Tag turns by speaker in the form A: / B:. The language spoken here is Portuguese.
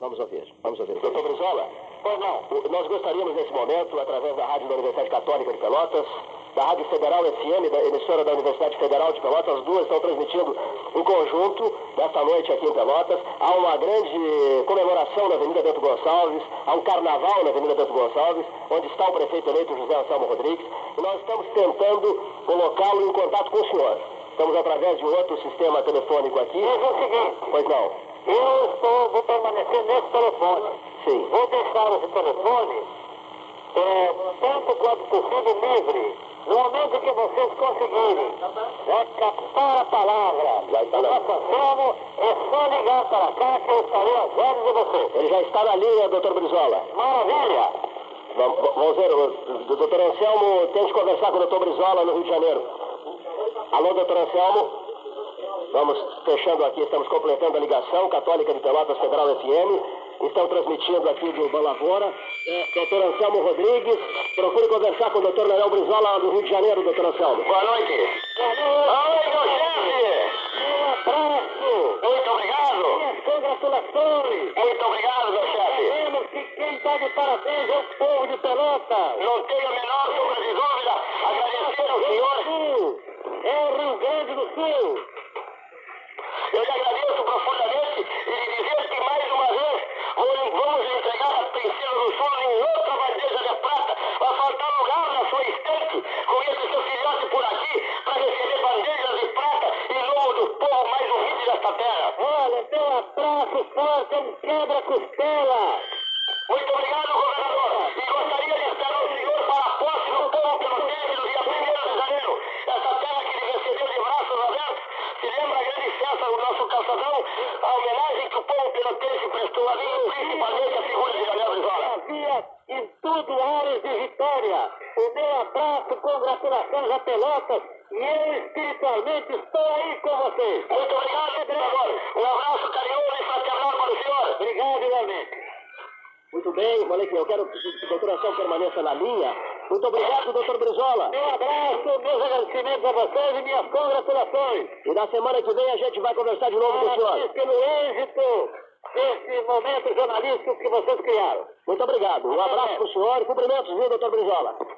A: Vamos ouvir, vamos ouvir. Doutor Brizola, pois não, o- nós gostaríamos nesse momento, através da Rádio da Universidade Católica de Pelotas, da Rádio Federal FM, da emissora da Universidade Federal de Pelotas, as duas estão transmitindo o conjunto desta noite aqui em Pelotas. Há uma grande comemoração na Avenida Bento Gonçalves, há um carnaval na Avenida Bento Gonçalves, onde está o prefeito eleito José Anselmo Rodrigues, e nós estamos tentando colocá-lo em contato com o senhor. Estamos através de um outro sistema telefônico aqui.
B: Mas é o seguinte,
A: Pois não,
B: eu estou, vou permanecer nesse telefone.
A: sim.
B: Vou deixar esse telefone é, tanto quanto possível livre. No momento que vocês conseguirem é, captar a palavra
A: Vai
B: do
A: falar.
B: nosso Anselmo, é só ligar para cá que eu estarei às ordens de vocês.
A: Ele já está na linha, doutor Brizola.
B: Maravilha!
A: Vamos vamos ver, o doutor Anselmo tente conversar com o doutor Brizola no Rio de Janeiro. Alô, doutor Anselmo? Vamos fechando aqui, estamos completando a ligação Católica de Pelotas Federal FM. Estão transmitindo aqui de Urbana Lavoura. É, doutor Anselmo Rodrigues, procure conversar com o doutor Leonel Brizola do Rio de Janeiro, doutor Anselmo.
C: Boa noite. Alô, meu chefe.
B: Um abraço!
C: Muito obrigado.
B: Minhas congratulações!
C: Muito obrigado, meu chefe.
B: Sabemos que quem está de parabéns é o povo de Pelotas!
C: Não tenho a menor sombra de dúvida. Agradecer ao senhor.
B: Sul! É o Rio Grande do Sul!
C: Eu lhe agradeço profundamente e lhe dizer que mais uma vez vou- vamos entregar a princesa do sul em outra bandeja de prata. Vai faltar lugar na sua estante com esse seu filhote por aqui para receber bandejas de prata em nome do povo mais humilde desta terra.
B: Olha, tem um abraço forte, é um quebra-costela!
C: Muito obrigado, governador. E gostaria de esperar o senhor para a posse do povo pelo término do dia 1 de janeiro. Essa terra que ele recebeu de braços abertos se lembra a grande festa do nosso calçadão, a homenagem que o povo pelotense prestou a mim, principalmente a figura de Daniel Brizola.
B: Havia em tudo áreas de vitória! O meu abraço, congratulações a Pelotas! E eu espiritualmente estou aí com vocês!
C: Muito obrigado, governador. Um abraço carinhoso e fraternal para o senhor.
B: Obrigado igualmente!
A: Muito bem, falei que eu quero que o doutor Anselmo permaneça na linha. Muito obrigado, doutor Brizola.
B: Meu abraço, meus agradecimentos a vocês e minhas congratulações!
A: E na semana que vem a gente vai conversar de novo com o senhor.
B: Parabéns pelo êxito desse momento jornalístico que vocês criaram!
A: Muito obrigado. Um abraço para o senhor e cumprimentos, viu, doutor Brizola?